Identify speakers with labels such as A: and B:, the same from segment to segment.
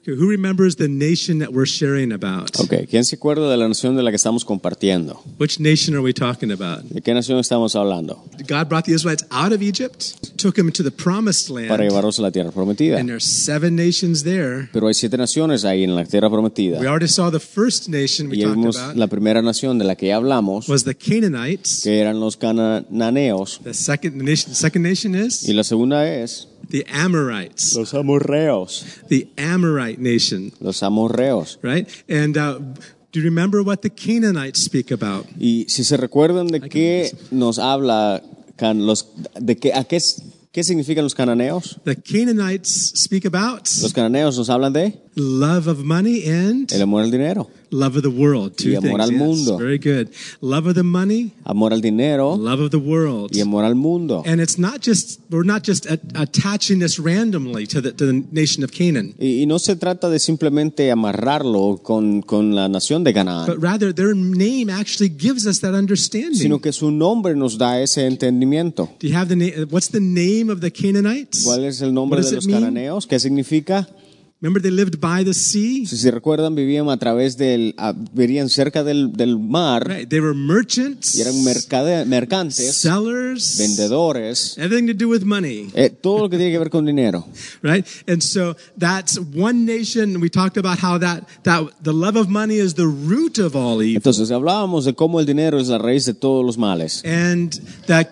A: Okay, who remembers the nation that we're sharing about?
B: Ok, ¿quién se acuerda de la nación de la que estamos compartiendo?
A: Which nation are we talking about?
B: ¿De qué nación estamos hablando?
A: God brought the Israelites out of Egypt, took them to the promised
B: Para
A: land,
B: llevarlos a la tierra prometida.
A: and there are seven nations there.
B: Pero hay siete naciones ahí en la tierra prometida.
A: We already saw the first nation we
B: Y ahí
A: talked
B: vimos
A: about
B: la primera nación de la que ya hablamos,
A: was the Canaanites.
B: que eran los cananeos.
A: The second nation, the second nation
B: Y
A: is
B: la segunda es
A: the Amorites,
B: los amorreos.
A: the Amorite nation,
B: Los amorreos.
A: right? And uh, do you remember what the Canaanites speak about?
B: Y si se recuerdan de qué nos habla can- los de qué a qué s- qué significan los cananeos?
A: The Canaanites speak about
B: Los cananeos nos hablan de
A: love of money and
B: el amor al dinero.
A: love of the world. Two
B: Y amor
A: things.
B: al
A: yes.
B: mundo.
A: Very good. Love of the money,
B: Amor al dinero
A: love of the world.
B: y amor al mundo.
A: And it's not just we're not just a- attaching this randomly to the to the nation of Canaan,
B: Y, y no se trata de simplemente amarrarlo con, con la nación de
A: but
B: Canaán,
A: rather their name actually gives us that understanding.
B: sino que su nombre nos da ese entendimiento.
A: Do you have the name? What's the name of the Canaanites?
B: ¿Cuál es el
A: What
B: nombre
A: does it
B: de los
A: mean?
B: cananeos? ¿Qué significa?
A: Remember, they lived by the sea.
B: Si se recuerdan, vivían a través del, a- vivían cerca del, del mar
A: Right. They were merchants,
B: y eran mercade- mercantes,
A: sellers,
B: vendedores,
A: everything to do with money.
B: eh, todo lo que tiene que ver con dinero.
A: Right. And so that's one nation. We talked about how that that the love of money is the root of all evil,
B: Entonces hablábamos de cómo el dinero es la raíz de todos los males.
A: and that.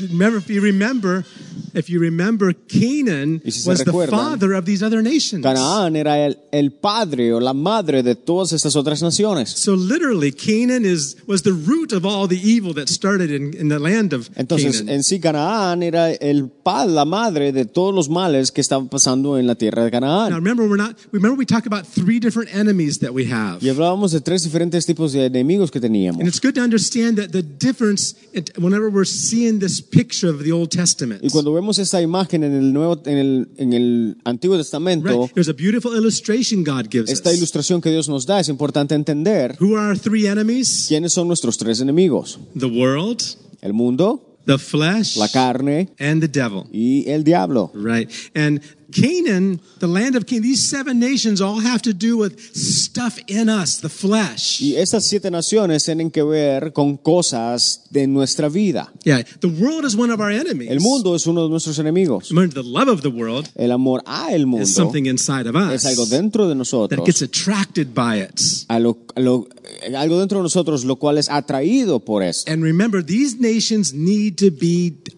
A: Remember, if you remember, if you remember, Canaan
B: Y si se
A: was the
B: recuerdan,
A: father of these other nations.
B: Canaán era el, el padre o la madre de todas estas otras naciones.
A: So literally, Canaan is was the root of all the evil that started in, in the land of
B: Entonces,
A: Canaan.
B: en sí, Canaán era el pa- la madre de todos los males que estaban pasando en la tierra de
A: Now
B: Canaán.
A: remember, we're not. Remember, we talk about three different enemies that we have,
B: Y hablábamos de tres diferentes tipos de enemigos que
A: and
B: teníamos.
A: it's good to understand that the difference. It, whenever we're seeing this picture of the Old Testament,
B: Y cuando vemos esta imagen en el nuevo, en el, en el Antiguo Testamento,
A: right, there's a beautiful illustration God gives
B: esta
A: us.
B: ilustración que Dios nos da es importante entender
A: Who are our three enemies?
B: quiénes son nuestros tres enemigos:
A: The world,
B: el mundo,
A: the flesh,
B: la carne
A: and the devil.
B: y el diablo.
A: Right, and Canaan, the land of Canaan. These seven nations all have to do with stuff in us, the flesh.
B: Y estas siete naciones tienen que ver con cosas de nuestra vida.
A: Yeah, the world is one of our enemies.
B: El mundo es uno de nuestros enemigos.
A: Remember, the love of the world
B: El amor a el
A: is
B: mundo
A: something inside of us
B: es algo dentro de nosotros.
A: that gets attracted by it.
B: a lo- a lo- eh, algo dentro de nosotros lo cual es atraído por esto.
A: And remember, these nations need to be d-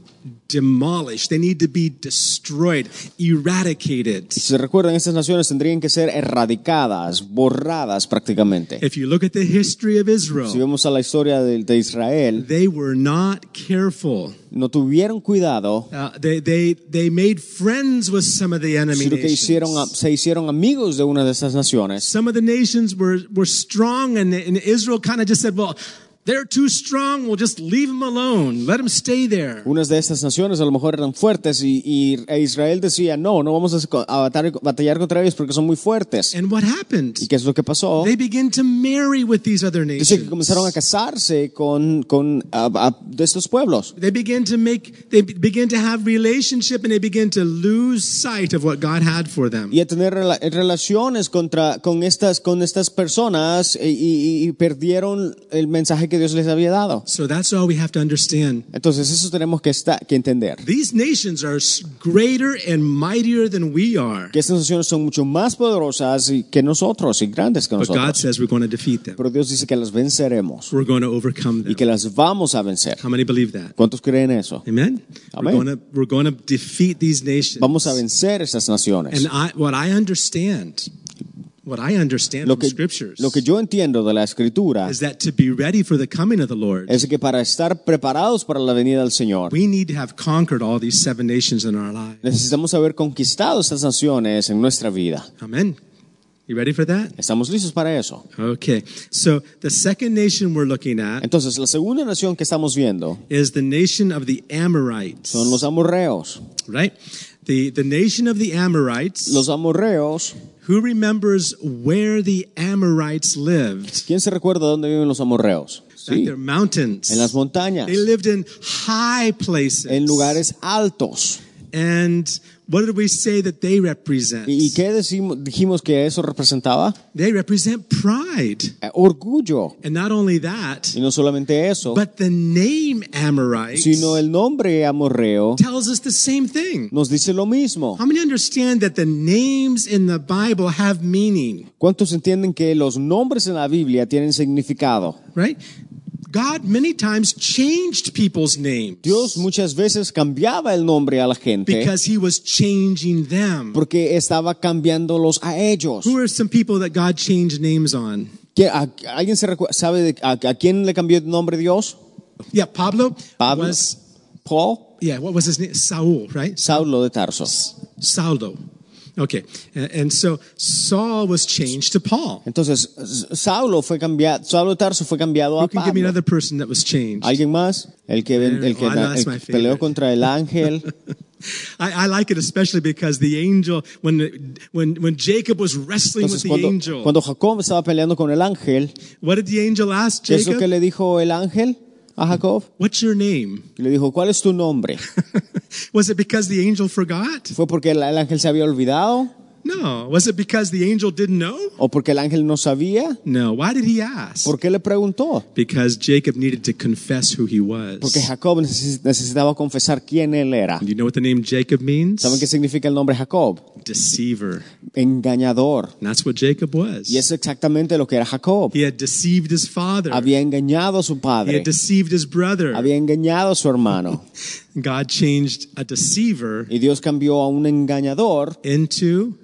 A: demolished. They need to be destroyed, eradicated.
B: Si se recuerdan, estas naciones tendrían que ser erradicadas, borradas prácticamente.
A: If you look at the history of
B: Si
A: Israel,
B: vemos a la historia de, de Israel,
A: they were not careful.
B: no tuvieron cuidado,
A: Uh, they, they, they made friends with some of the enemy
B: sino que hicieron, a-
A: nations.
B: se hicieron amigos de una de estas naciones.
A: Some of the nations were, were strong, and, and Israel kind of just said, well, they're too strong. We'll just leave them alone. Let them stay there.
B: Unas de estas naciones a lo mejor eran fuertes y, y- e Israel decía, no, no vamos a, a batar- batallar contra ellos porque son muy fuertes.
A: And what happened?
B: ¿Y qué es lo que pasó?
A: They begin to marry with these other
B: Dice que
A: nations.
B: comenzaron a casarse con, con a- a- de estos pueblos.
A: They begin to make, they begin to have relationship and they begin to lose sight of what God had for them.
B: y a tener rela- relaciones contra, con, estas, con estas personas y, y- y perdieron el mensaje que Dios les había dado.
A: So that's all we have to understand.
B: Entonces eso tenemos que, esta- que entender.
A: These nations are s- greater and mightier than we are.
B: Que estas naciones son mucho más poderosas y- que nosotros y grandes que
A: But God
B: nosotros.
A: says we're going to defeat them.
B: Pero Dios dice que las venceremos
A: We're going to overcome
B: y que
A: them.
B: las vamos a vencer.
A: How many believe that?
B: ¿Cuántos creen eso?
A: Amen? We're
B: Amén.
A: going to, we're going to defeat these nations.
B: Vamos a vencer esas naciones.
A: And I, what I understand, what I understand
B: Lo
A: from
B: que,
A: scriptures
B: lo que yo entiendo de la escritura
A: is that to be ready for the coming of the Lord,
B: es que para estar preparados para la venida del Señor
A: we need to have conquered all these seven nations in our lives.
B: necesitamos haber conquistado estas naciones en nuestra vida.
A: Amen. You ready for that?
B: Estamos listos para eso.
A: Okay. So the second nation we're looking at
B: Entonces, la segunda nación que estamos viendo
A: is the nation of the Amorites.
B: son los amorreos.
A: Right? The the nation of the Amorites.
B: Los amorreos,
A: Who remembers where the Amorites lived?
B: ¿quién se recuerda dónde viven los amorreos?
A: At
B: Sí,
A: their mountains.
B: en las montañas,
A: They lived in high places.
B: en lugares altos.
A: And what did we say that they represent?
B: ¿Y, y qué decimo- dijimos que eso representaba?
A: They represent pride.
B: Eh, Orgullo.
A: And not only that,
B: Y no solamente eso,
A: but the name Amorites
B: sino el nombre amorreo
A: tells us the same thing.
B: nos dice lo mismo.
A: How many understand that the names in the Bible have meaning,
B: ¿Cuántos entienden que los nombres en la Biblia tienen significado?
A: right? God many times changed people's names
B: Dios muchas veces cambiaba el nombre a la gente
A: because he was changing them.
B: porque estaba cambiándolos a ellos.
A: Who are some people that God changed names on?
B: ¿Qué- a- ¿Alguien se recu- sabe de- a, a quién le cambió el nombre Dios?
A: Yeah, Pablo,
B: Pablo,
A: was
B: Paul,
A: yeah, what was his name? Saul, right?
B: Saulo de Tarso.
A: Saulo. Okay. And, and so Saul was changed to Paul.
B: Entonces, Saulo fue cambiado, Saulo de Tarso fue cambiado a
A: Who can give me
B: Pablo.
A: another person that was changed? I,
B: ¿Alguien más? El que, ven- el que,
A: Oh, that's
B: el
A: my
B: que
A: favorite.
B: peleó contra el ángel.
A: I like it especially because the angel, when, when, when Jacob was wrestling with
B: Entonces,
A: the
B: cuando,
A: angel,
B: cuando Jacob estaba peleando con el ángel,
A: what did the angel ask
B: ¿qué es lo que
A: Jacob?
B: le dijo el ángel a Jacob?
A: What's your name?
B: Y le dijo, ¿cuál es tu nombre?
A: was it because the angel forgot?
B: ¿Fue porque el, el ángel se había olvidado?
A: No. Was it because the angel didn't know?
B: ¿O porque el ángel no sabía?
A: No. Why did he ask?
B: ¿Por qué le preguntó?
A: Because Jacob needed to confess who he
B: Porque
A: was.
B: Jacob neces- necesitaba confesar quién él era.
A: Do you know what the name Jacob means?
B: ¿Saben qué significa el nombre Jacob?
A: Deceiver.
B: Engañador.
A: And that's what Jacob was.
B: Y es exactamente lo que era Jacob.
A: He had deceived his father.
B: Había engañado a su
A: He
B: padre.
A: had deceived his brother.
B: Había engañado a su hermano.
A: God changed a deceiver
B: Y Dios cambió a un engañador
A: into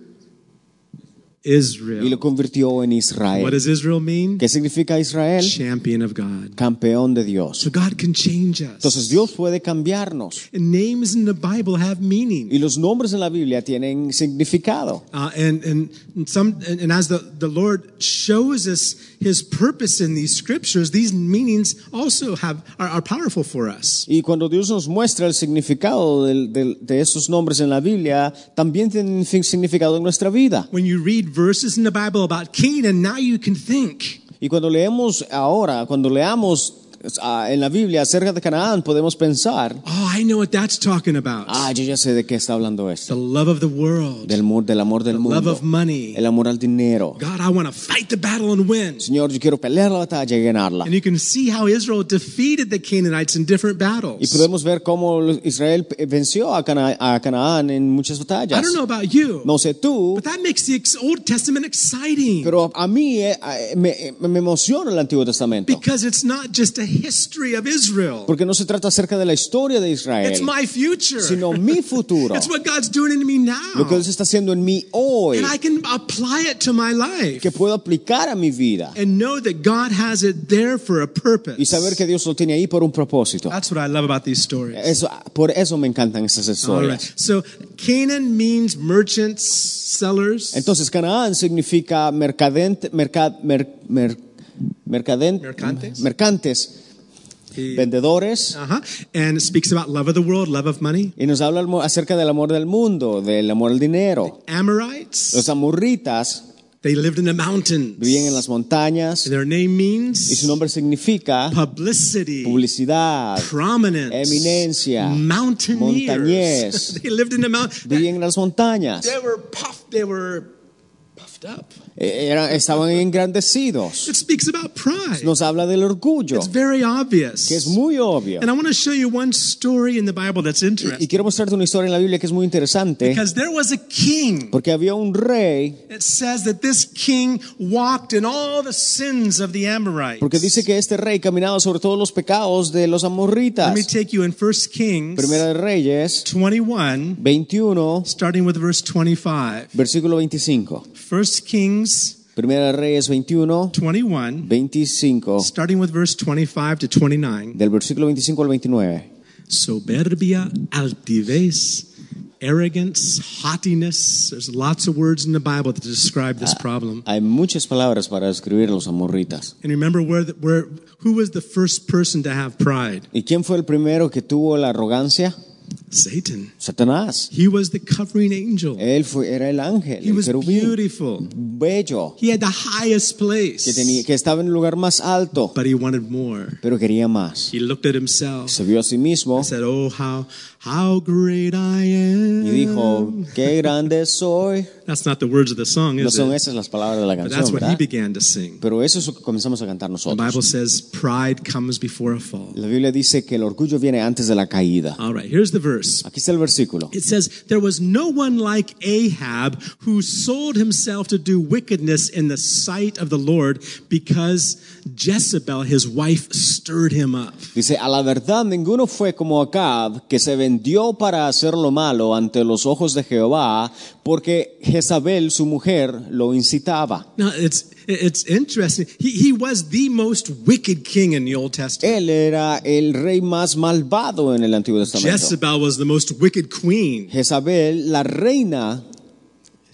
B: y lo
A: Israel.
B: convirtió en
A: What
B: Israel.
A: does Israel mean?
B: ¿Qué significa Israel?
A: Champion of God.
B: Campeón de Dios.
A: So God can change
B: Entonces
A: us.
B: Dios puede cambiarnos.
A: And names in the Bible have meaning.
B: Y los nombres en la Biblia tienen significado.
A: Uh, and, and, and some and, and as the, the Lord shows us his purpose in these scriptures, these meanings also have are, are powerful for us.
B: Y cuando Dios nos muestra el significado del- del- de, esos nombres en la Biblia, también tienen fin- significado en nuestra vida.
A: When you read verses in the Bible about Canaan, now you can think.
B: Y cuando leemos ahora, cuando leamos ah, en la Biblia acerca de Canaán, podemos pensar,
A: Oh, I know what that's talking about.
B: ah, yo ya sé de qué está hablando esto.
A: the love of the world,
B: Del, amor- del amor del
A: love
B: mundo,
A: of money.
B: el amor al dinero.
A: God, I want to fight the battle and win.
B: Señor, yo quiero pelear la batalla y ganarla.
A: And you can see how Israel defeated the Canaanites in different
B: Y
A: battles.
B: podemos ver cómo Israel venció a, Cana- a Canaán en muchas
A: I
B: batallas.
A: don't know about you,
B: No sé tú,
A: but that makes the ex- Old Testament exciting
B: pero a mí eh, eh, me, eh, me emociona el Antiguo Testamento.
A: because it's not just a history of Israel,
B: Porque no se trata acerca de la historia de
A: it's
B: Israel,
A: my future.
B: sino mi futuro.
A: It's what God's doing in me
B: Lo que
A: now.
B: Dios está haciendo en mí hoy,
A: And I can apply it to my life
B: que puedo aplicar a mi vida
A: and know that God has it there for a
B: y saber
A: purpose.
B: que Dios lo tiene ahí por un propósito.
A: That's what I love about these stories.
B: Eso, por eso me encantan estas
A: All right.
B: historias.
A: So Canaan means merchants, sellers,
B: Entonces, Canaán significa mercadente, mercad, mer- mer- mercaden-
A: Mercantes.
B: mercantes, vendedores,
A: uh-huh. and it speaks about love of the world, love of money.
B: y nos habla almo- acerca del amor del mundo, del amor al dinero.
A: Amorites,
B: Los amorritas
A: they lived in the mountains.
B: vivían en las montañas
A: Their name
B: y
A: means
B: su nombre significa
A: publicity,
B: publicidad.
A: prominence,
B: Eminencia.
A: mountaineers.
B: Montañés.
A: they lived in the mountains.
B: Vivían en las montañas.
A: They were puffed. They were puffed up.
B: Eh, eran- estaban engrandecidos.
A: It speaks about pride.
B: Nos habla del orgullo,
A: It's very obvious.
B: que es muy obvio.
A: and I want to show you one story in the Bible that's
B: Y
A: interesting.
B: quiero mostrarte una historia en la Biblia que es muy interesante,
A: Because there was a king
B: porque había un rey
A: It says that this king walked in all the sins of the Amorites.
B: Porque dice que este rey caminaba sobre todos los pecados de los
A: Let me
B: amorritas.
A: take you in 1 Kings
B: Primera de Reyes
A: 21,
B: 21,
A: starting with verse 25.
B: versículo 25.
A: 1 Kings
B: Primera de Reyes 21,
A: 21,
B: 25.
A: starting with verse 25 to 29.
B: Del versículo 25 al 29.
A: Soberbia, altivez, arrogance, haughtiness. There's lots of words in the Bible that describe this
B: Ah.
A: problem.
B: Hay muchas palabras para describir los amorritas.
A: And remember where, the, where who was the first person to have pride?
B: ¿Y quién fue el primero que tuvo la arrogancia?
A: Satan.
B: Satanás.
A: He was the covering angel.
B: Él fue, era el ángel,
A: He
B: el
A: was
B: querubín,
A: beautiful.
B: bello,
A: He had the highest
B: que,
A: place.
B: tenía, que estaba en el lugar más alto,
A: But he wanted more.
B: pero quería más.
A: He looked at himself
B: Se vio a sí mismo
A: and said, Oh, how, how great I
B: y dijo,
A: am.
B: qué grande soy.
A: That's not the words of the song,
B: No
A: is
B: son
A: it?
B: esas las palabras de la
A: But that's
B: canción,
A: what he
B: ¿verdad?
A: began to sing.
B: Pero eso es lo que comenzamos a cantar
A: The
B: nosotros.
A: Bible says, Pride comes before a fall.
B: La Biblia dice que el orgullo viene antes de la caída.
A: All right, here's the verse.
B: Aquí está el versículo.
A: It says, There was no one like Ahab who sold himself to do wickedness in the sight of the Lord because Jezebel, his wife, stirred him up.
B: Dice, a la verdad ninguno fue como Acab, que se vendió para hacer lo malo ante los ojos de Jehová, porque Jezabel, su mujer, lo incitaba.
A: Now, it's, it's interesting. He, he was the most wicked king in the Old Testament.
B: Él era el rey más malvado en el Antiguo Testamento.
A: Jezebel was the most wicked queen.
B: Jezabel, la reina,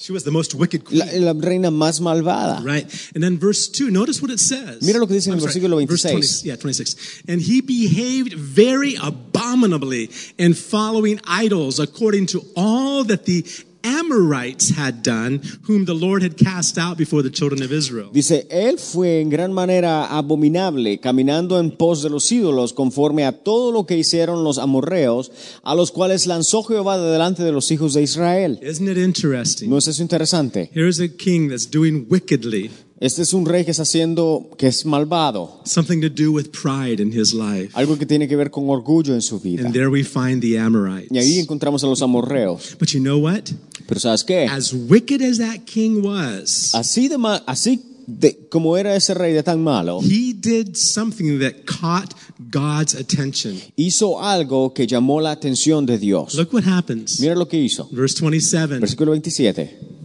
A: She was the most wicked queen.
B: la, la reina más malvada.
A: Right. And then verse 2, notice what it says.
B: Mira lo que dice en
A: I'm
B: el versículo
A: Verse
B: 26.
A: 20, yeah, 26. And he behaved very abominably in following idols according to all that the Amorites had done, whom the Lord had cast out before the children of Israel.
B: Dice, él fue en gran manera abominable, caminando en pos de los ídolos, conforme a todo lo que hicieron los amorreos, a los cuales lanzó Jehová de delante de los hijos de Israel.
A: Isn't it interesting?
B: ¿No es eso interesante?
A: Here's a king that's doing wickedly
B: Este es un rey que está haciendo, que es malvado,
A: something to do with pride in his life.
B: algo que tiene que ver con orgullo en su vida.
A: And there we find the
B: Y ahí
A: Amorites.
B: encontramos a los amorreos.
A: But you know what?
B: Pero ¿sabes qué?
A: As wicked as that king was,
B: Así de ma- así de, como era ese rey de tan malo,
A: He did something that caught God's attention.
B: hizo algo que llamó la atención de Dios.
A: Look what happens.
B: Mira lo que hizo.
A: Verse 27.
B: Versículo 27.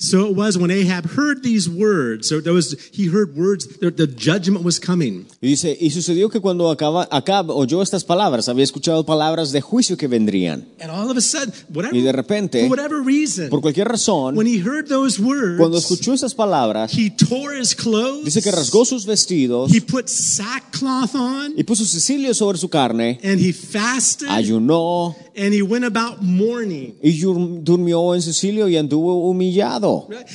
A: So it was when Ahab heard these words, so there was, he heard words, the, the judgment was coming.
B: Y dice, y sucedió que cuando acaba, Acab oyó estas palabras, había escuchado palabras de juicio que vendrían.
A: And all of a sudden, whatever,
B: Y de repente,
A: for whatever reason,
B: Por cualquier razón,
A: when he heard those words,
B: cuando escuchó esas palabras,
A: he tore his clothes,
B: dice que rasgó sus vestidos
A: he put sackcloth on,
B: y puso cecilio sobre su carne,
A: and he fasted,
B: ayunó
A: and he went about mourning.
B: y yur- durmió en cecilio y anduvo humillado.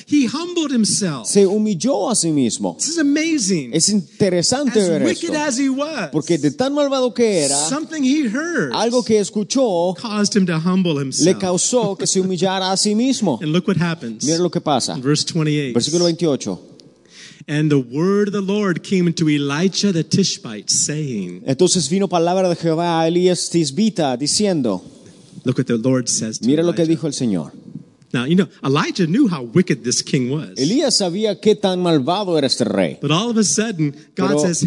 A: He humbled himself.
B: Se humilló a sí mismo.
A: This is amazing.
B: Es interesante
A: As
B: ver
A: wicked
B: esto,
A: as he was.
B: porque de tan malvado que era,
A: Something he heard
B: algo que escuchó
A: caused him to humble
B: le
A: himself.
B: causó que se humillara a sí mismo.
A: and look what happens.
B: Mira lo que pasa.
A: Verse 28.
B: Versículo 28.
A: And the word of the Lord came unto Elijah the Tishbite, saying,
B: Entonces vino palabra de Jehová a Elías Tisbita diciendo,
A: Look what the Lord says to
B: mira lo que
A: Elijah.
B: dijo el Señor.
A: Now, you know, Elijah knew how wicked this king was.
B: Elías sabía qué tan malvado era este rey.
A: But all of a sudden, God
B: Pero-
A: says,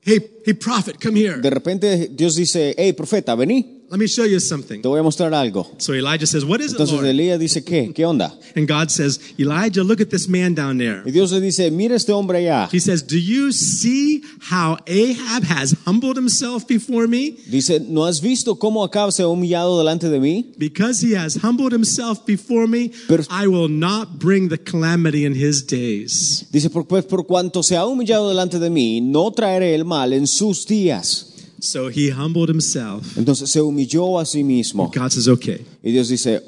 A: Hey, hey, prophet, come here.
B: De repente Dios dice, hey profeta, vení,
A: Let me show you something.
B: te voy a mostrar algo.
A: So Elijah says, What is it,
B: Entonces
A: Lord?
B: Elías dice, ¿qué? ¿Qué onda?
A: and God says, Elijah, look at this man down there.
B: Y Dios le dice, mira este hombre allá.
A: He says, Do you see how Ahab has humbled himself before me?
B: Dice, ¿no has visto cómo Acab se ha humillado delante de mí?
A: Because he has humbled himself before me,
B: Pero-
A: I will not bring the calamity in his days.
B: Dice, por, pues por cuanto se ha humillado delante de mí, no traeré el mal en sus días.
A: So he humbled himself.
B: Entonces se humilló a sí mismo.
A: God says, Okay,
B: Y Dios dice,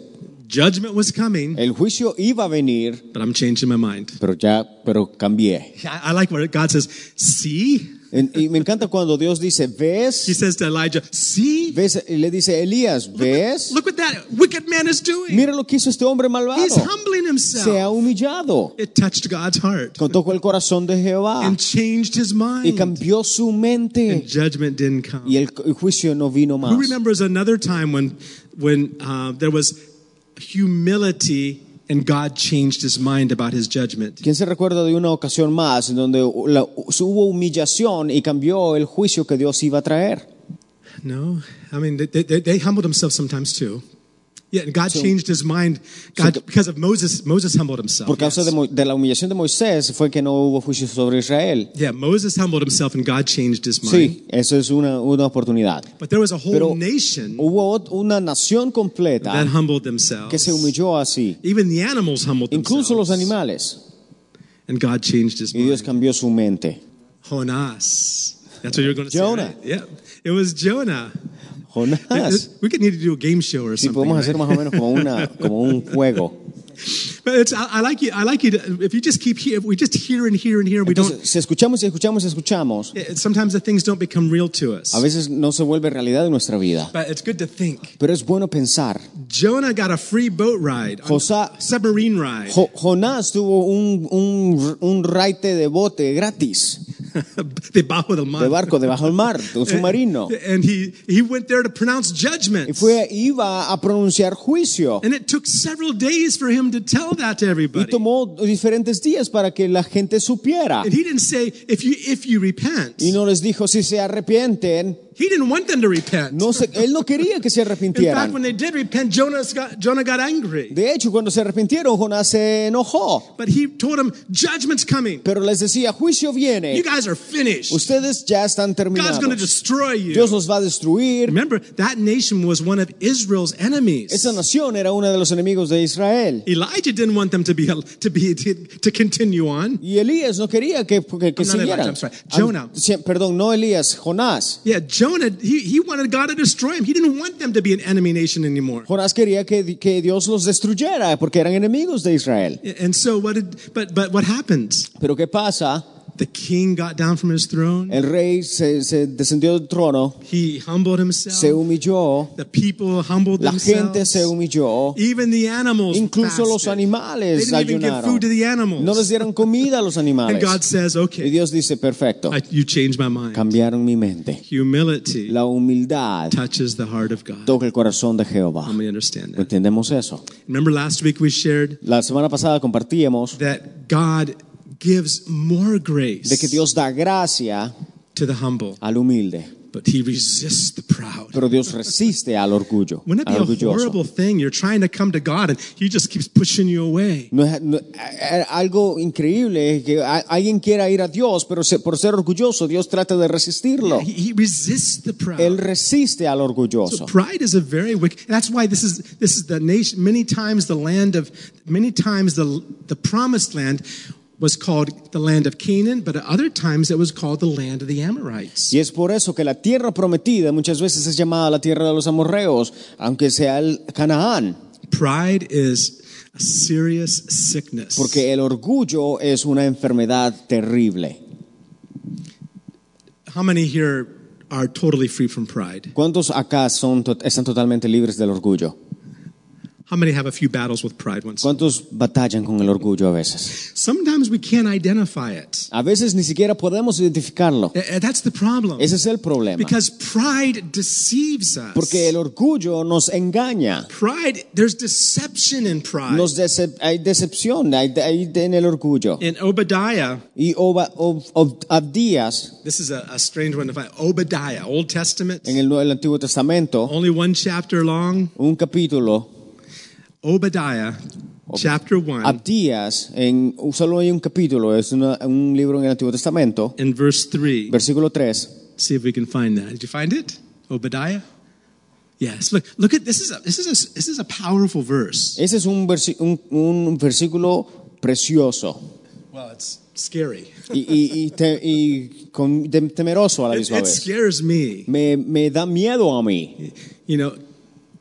A: judgment was coming,
B: el juicio iba a venir,
A: but I'm changing my mind.
B: pero ya, pero cambié.
A: I, I like what God says, See?
B: En- Y me encanta cuando Dios dice,
A: He
B: ¿ves?
A: says to Elijah, See?
B: ¿Ves? Y le dice, Elías, ¿ves?
A: Look what that wicked man is doing.
B: Mira lo que hizo este hombre malvado.
A: He's humbling
B: Se ha
A: himself.
B: humillado.
A: It touched God's heart
B: Tocó el corazón de Jehová
A: and changed his
B: y
A: mind.
B: cambió su
A: And
B: mente.
A: judgment didn't come.
B: Y el el juicio no vino más.
A: Who remembers another time when, when uh, there was humility and God changed his mind about his judgment?
B: ¿Quién se recuerda de una ocasión más en donde la- hubo humillación y cambió el juicio que Dios iba a traer?
A: No, I mean they, they, they humbled themselves sometimes too. Yeah, and God changed his mind. God because of Moses. Moses humbled himself.
B: Por causa
A: yes.
B: de, Mo- de la humillación de Moisés fue que no hubo juicio sobre Israel.
A: yeah, Moses humbled himself and God changed his mind.
B: Sí, eso es una, una oportunidad.
A: But there was a whole
B: Pero
A: nation
B: hubo ot- una nación completa
A: that humbled
B: que
A: themselves.
B: se humilló así.
A: Even the animals humbled
B: Incluso los
A: themselves.
B: animales.
A: And God changed his
B: Y
A: mind.
B: Dios cambió su mente.
A: Jonas. That's what you're going to
B: Jonah.
A: say. right? Yeah, it was Jonah.
B: Jonás.
A: We could need to do a game show or
B: Si
A: something.
B: podemos hacer
A: right?
B: más o menos como, una, como un juego.
A: But it's, I, I like you. I like you. To, if you just keep here, if we just hear and hear and hear, we don't.
B: Entonces, si escuchamos y escuchamos y escuchamos,
A: it- sometimes the things don't become real to us.
B: a veces no se vuelve realidad en nuestra vida.
A: But it's good to think.
B: Pero es bueno pensar.
A: Jonah got a free boat ride, on-
B: Josá-
A: submarine ride,
B: Jo- Jonás tuvo un, un, un raite de bote gratis,
A: debajo del mar.
B: de barco debajo del mar, de un submarino.
A: And he he went there to pronounce
B: Y
A: judgment.
B: fue, iba a pronunciar juicio.
A: And it took several days for him to tell that to
B: Y
A: everybody.
B: tomó diferentes días para que la gente supiera.
A: And he didn't say if you if you repent.
B: Y no les dijo si se arrepienten.
A: He didn't want them to repent.
B: No se- él no quería que se
A: In fact, when
B: arrepintieran.
A: they did repent, Jonah got, Jonah got angry.
B: De hecho, cuando se arrepintieron, Jonás se enojó.
A: But he told them, judgment's coming.
B: Pero les decía, juicio viene.
A: You guys are finished.
B: Ustedes ya están
A: God's going to
B: terminados.
A: destroy you.
B: Dios los va a destruir.
A: Remember, that nation was one of Israel's enemies.
B: Esa nación era uno de los enemigos de Israel.
A: Elijah didn't want them to be to be to, to continue on.
B: Y Elías no quería que, que, que
A: I'm not Elijah,
B: siguieran.
A: I'm sorry. Jonah.
B: Am- sí, Perdón, no Elías, Jonás.
A: Yeah, Jonah, he, he wanted God to destroy him. He didn't want them to be an enemy nation anymore.
B: Jonás quería que, di- que Dios los destruyera porque eran enemigos de Israel.
A: And so what did but but what happened?
B: Pero ¿qué pasa?
A: The king got down from his throne.
B: El rey se, se descendió del trono,
A: He humbled
B: se
A: himself.
B: humilló,
A: The people humbled
B: la gente
A: themselves.
B: se humilló,
A: Even the animals
B: incluso los
A: fasted.
B: animales
A: They didn't even give
B: ayunaron.
A: food to the animals.
B: No les dieron comida a los
A: And
B: animales.
A: God says,
B: Y
A: okay,
B: Dios dice, perfecto,
A: I, you changed my mind.
B: cambiaron mi mente.
A: Humility
B: La humildad
A: touches the heart of God.
B: toca el corazón de Jehová.
A: How many understand that?
B: ¿Entendemos eso?
A: Remember last week we shared
B: La semana pasada compartíamos
A: that God gives more
B: de que
A: grace
B: Dios da gracia
A: to the humble,
B: al humilde,
A: but he resists the proud.
B: pero Dios resiste al orgullo,
A: Wouldn't
B: al
A: it be a
B: orgulloso.
A: horrible thing? You're trying to come to God and he just keeps pushing you away.
B: No es- no- a- a- algo increíble es que a- alguien quiera ir a Dios, pero se- por ser orgulloso, Dios trata de resistirlo.
A: He, he resists the
B: Él
A: proud.
B: resiste al orgulloso.
A: So pride is a very wicked. That's why this is this is the nation. Many times the land of many times the the promised land was called the land of Canaan, but at other times it was called the land of the Amorites.
B: Y es por eso que la tierra prometida muchas veces es llamada la tierra de los amorreos, aunque sea el Canaán,
A: Pride is a serious sickness.
B: porque el orgullo es una enfermedad terrible.
A: How many here are totally free from pride?
B: ¿Cuántos acá son, to- están totalmente libres del orgullo?
A: How many have a few battles with pride once?
B: ¿Cuántos batallan con el orgullo a veces?
A: Sometimes we can't identify it.
B: A veces ni siquiera podemos identificarlo.
A: Eh, eh, That's the problem.
B: Ese es el problema.
A: Because pride deceives us.
B: Porque el orgullo nos engaña.
A: pride, there's deception in pride.
B: Nos decep- hay decepción hay, hay en el orgullo.
A: in Obadiah,
B: Y Oba- Ob- Ob- Abdías,
A: this is a, a strange one to find. Obadiah, Old Testament,
B: en el, Nue- el Antiguo Testamento,
A: only one chapter long.
B: un capítulo,
A: Obadiah, chapter 1,
B: Abdías, en, solo hay un capítulo, es una- un libro en el Antiguo Testamento,
A: in verse 3.
B: versículo 3.
A: See if we can find that. Did you find it? Obadiah? Yes. Look look at this is a this is a this is a powerful verse.
B: Ese es un, versi- un- un versículo precioso
A: Well, it's scary.
B: y, y- y te- y con- de- temeroso a la
A: It,
B: misma
A: it
B: vez.
A: scares me.
B: Me, me da miedo a mí,
A: You know,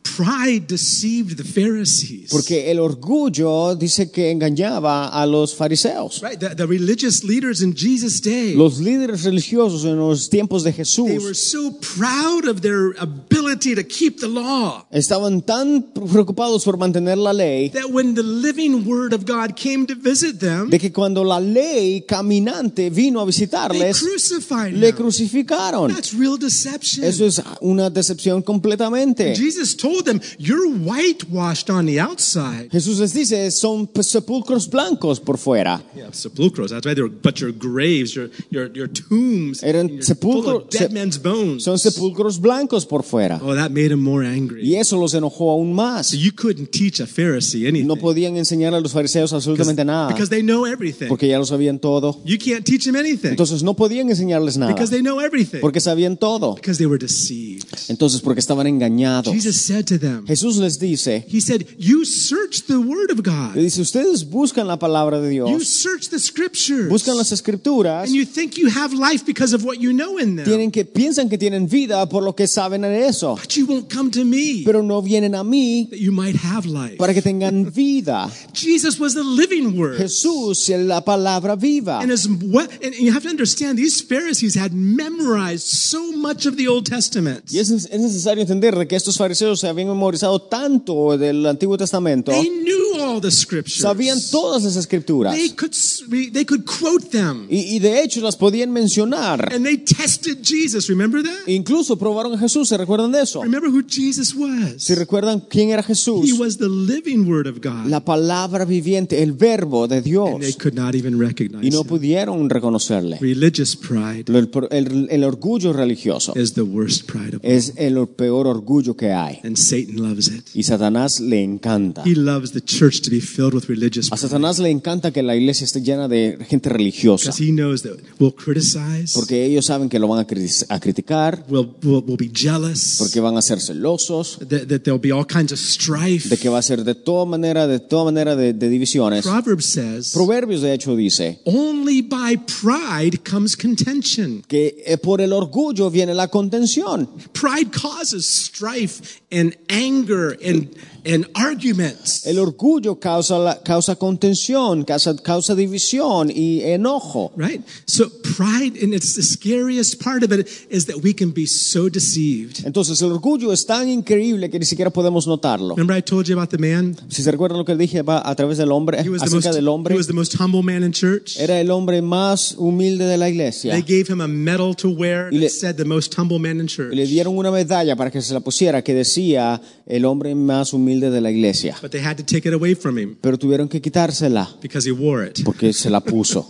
A: pride deceived the Pharisees.
B: porque el orgullo dice que engañaba a los fariseos.
A: Right, the, the religious leaders in Jesus' day,
B: Los líderes religiosos en los tiempos de
A: they were
B: Jesús
A: so proud of their ability to keep the law
B: estaban tan preocupados por mantener la ley
A: that when the living word of God came to visit them,
B: de que cuando la ley caminante vino a
A: they
B: visitarles,
A: crucified
B: le
A: him.
B: crucificaron.
A: That's real deception.
B: Eso es una decepción completamente.
A: Jesus told them, You're whitewashed on the outside.
B: Jesús les dice, son sepulcros blancos por fuera.
A: Yeah, sepulchros. That's right. They were, but your graves, your your your tombs,
B: Eran
A: you're full
B: sepulcro-
A: of dead
B: se-
A: men's bones.
B: Son sepulcros blancos por fuera.
A: oh, that made him more angry.
B: Y eso los enojó aún más.
A: So you couldn't teach a Pharisee anything.
B: No podían enseñar a los fariseos absolutamente nada,
A: because they know everything.
B: porque ya lo sabían todo.
A: you can't teach them anything
B: Entonces no podían enseñarles nada,
A: because they know everything.
B: porque sabían todo.
A: because they were deceived.
B: Entonces, porque estaban engañados.
A: Jesus said said to them,
B: Jesús les dice,
A: He said, You search the Word of
B: le
A: God,
B: dice, ustedes buscan la palabra de
A: you
B: Dios,
A: search the Scriptures,
B: buscan las escrituras,
A: and you think you have life because of what you know in them,
B: tienen que, piensan que tienen vida por lo que saben de eso,
A: but you won't come to me
B: pero no vienen a mí
A: that you might have life.
B: para que tengan vida.
A: Jesus was the living Word.
B: Jesús es la palabra viva.
A: And, as, what, and you have to understand, these Pharisees had memorized so much of the Old Testament.
B: Y es, es necesario entender de que estos fariseos se habían memorizado tanto del Antiguo Testamento,
A: They knew all the Scriptures.
B: sabían todas las escrituras
A: They could, s- re- they could quote them.
B: y, y de hecho las podían mencionar.
A: And they tested Jesus. Remember that?
B: Incluso probaron a Jesús, ¿se recuerdan de eso?
A: Remember who Jesus was.
B: Si recuerdan quién era
A: He
B: Jesús,
A: was the living word of God.
B: la palabra viviente, el verbo de
A: And they
B: Dios,
A: could not even
B: y
A: recognize
B: no
A: him.
B: pudieron reconocerle.
A: Religious pride
B: El, el- el orgullo religioso
A: is the worst pride of all.
B: es el peor orgullo que hay.
A: And Satan loves it.
B: Y Satanás le encanta.
A: He loves the church to be filled with religious
B: A
A: pride.
B: Satanás le encanta que la iglesia esté llena de gente religiosa.
A: Because he knows that we'll criticize,
B: Porque ellos saben que lo van a, cri- a criticar,
A: we'll, we'll, we'll be jealous,
B: porque van a ser celosos,
A: that, that there'll be all kinds of strife.
B: de que va a ser de toda manera, de toda manera de, de divisiones.
A: Proverbs says,
B: Proverbios de hecho dice
A: only by pride comes contention.
B: que eh, por el orgullo viene la contención.
A: Pride causes strife and anger and, and arguments.
B: El orgullo causa, la- causa contención, causa, causa división y enojo.
A: Right? So pride, and it's the scariest part of it, is that we can be so deceived.
B: Entonces el orgullo es tan increíble que ni siquiera podemos notarlo.
A: Remember I told you about the man?
B: Si se recuerdan lo que dije va a través del hombre,
A: He was the
B: acerca
A: most,
B: del
A: he
B: hombre, Eh,
A: was the most humble man in church.
B: era el hombre más humilde de la
A: They
B: iglesia.
A: gave him a medal to wear
B: Y le-
A: that said the most humble man in
B: Y le
A: church.
B: dieron una medalla para que se la pusiera que decía el hombre más humilde de la iglesia.
A: But they had to take it away from him
B: Pero tuvieron que quitársela
A: because he wore it.
B: porque se la puso.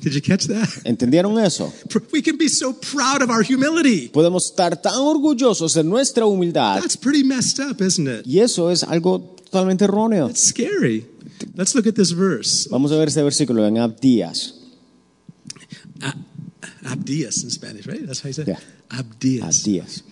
A: Did you catch that?
B: ¿Entendieron eso?
A: Pr- We can be so proud of our humility.
B: Podemos estar tan orgullosos de nuestra humildad
A: That's pretty messed up, isn't it?
B: y eso es algo totalmente erróneo.
A: That's scary. Let's look at this verse.
B: Vamos a ver este versículo en Abdías.
A: Abdias in Spanish, right? That's how you say it?
B: Yeah.
A: Abdias.
B: Abdías.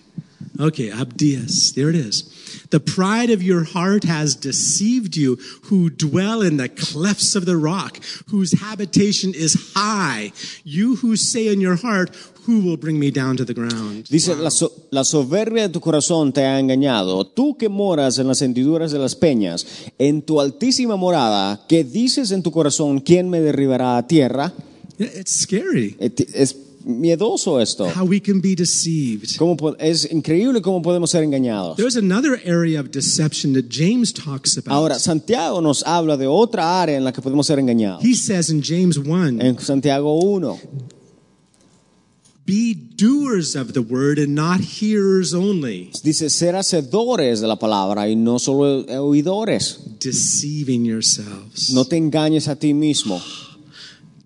A: Okay, Abdias. There it is. The pride of your heart has deceived you, who dwell in the clefts of the rock, whose habitation is high. You who say in your heart, Who will bring me down to the ground?
B: Dice, la, so- la soberbia de tu corazón te ha engañado. Tú que moras en las hendiduras de las peñas, en tu altísima morada, que dices en tu corazón, ¿quién me derribará a tierra?
A: Yeah, It's scary
B: Eh, ti- Es miedoso esto.
A: how we can be deceived.
B: Cómo po- es increíble cómo podemos ser engañados.
A: There's another area of deception that James talks about.
B: Ahora, Santiago nos habla de otra área en la que podemos ser engañados.
A: He says in James 1
B: En Santiago 1,
A: Be doers of the word and not hearers only,
B: dice ser hacedores de la palabra y no solo oidores.
A: deceiving yourselves.
B: No te engañes a ti mismo.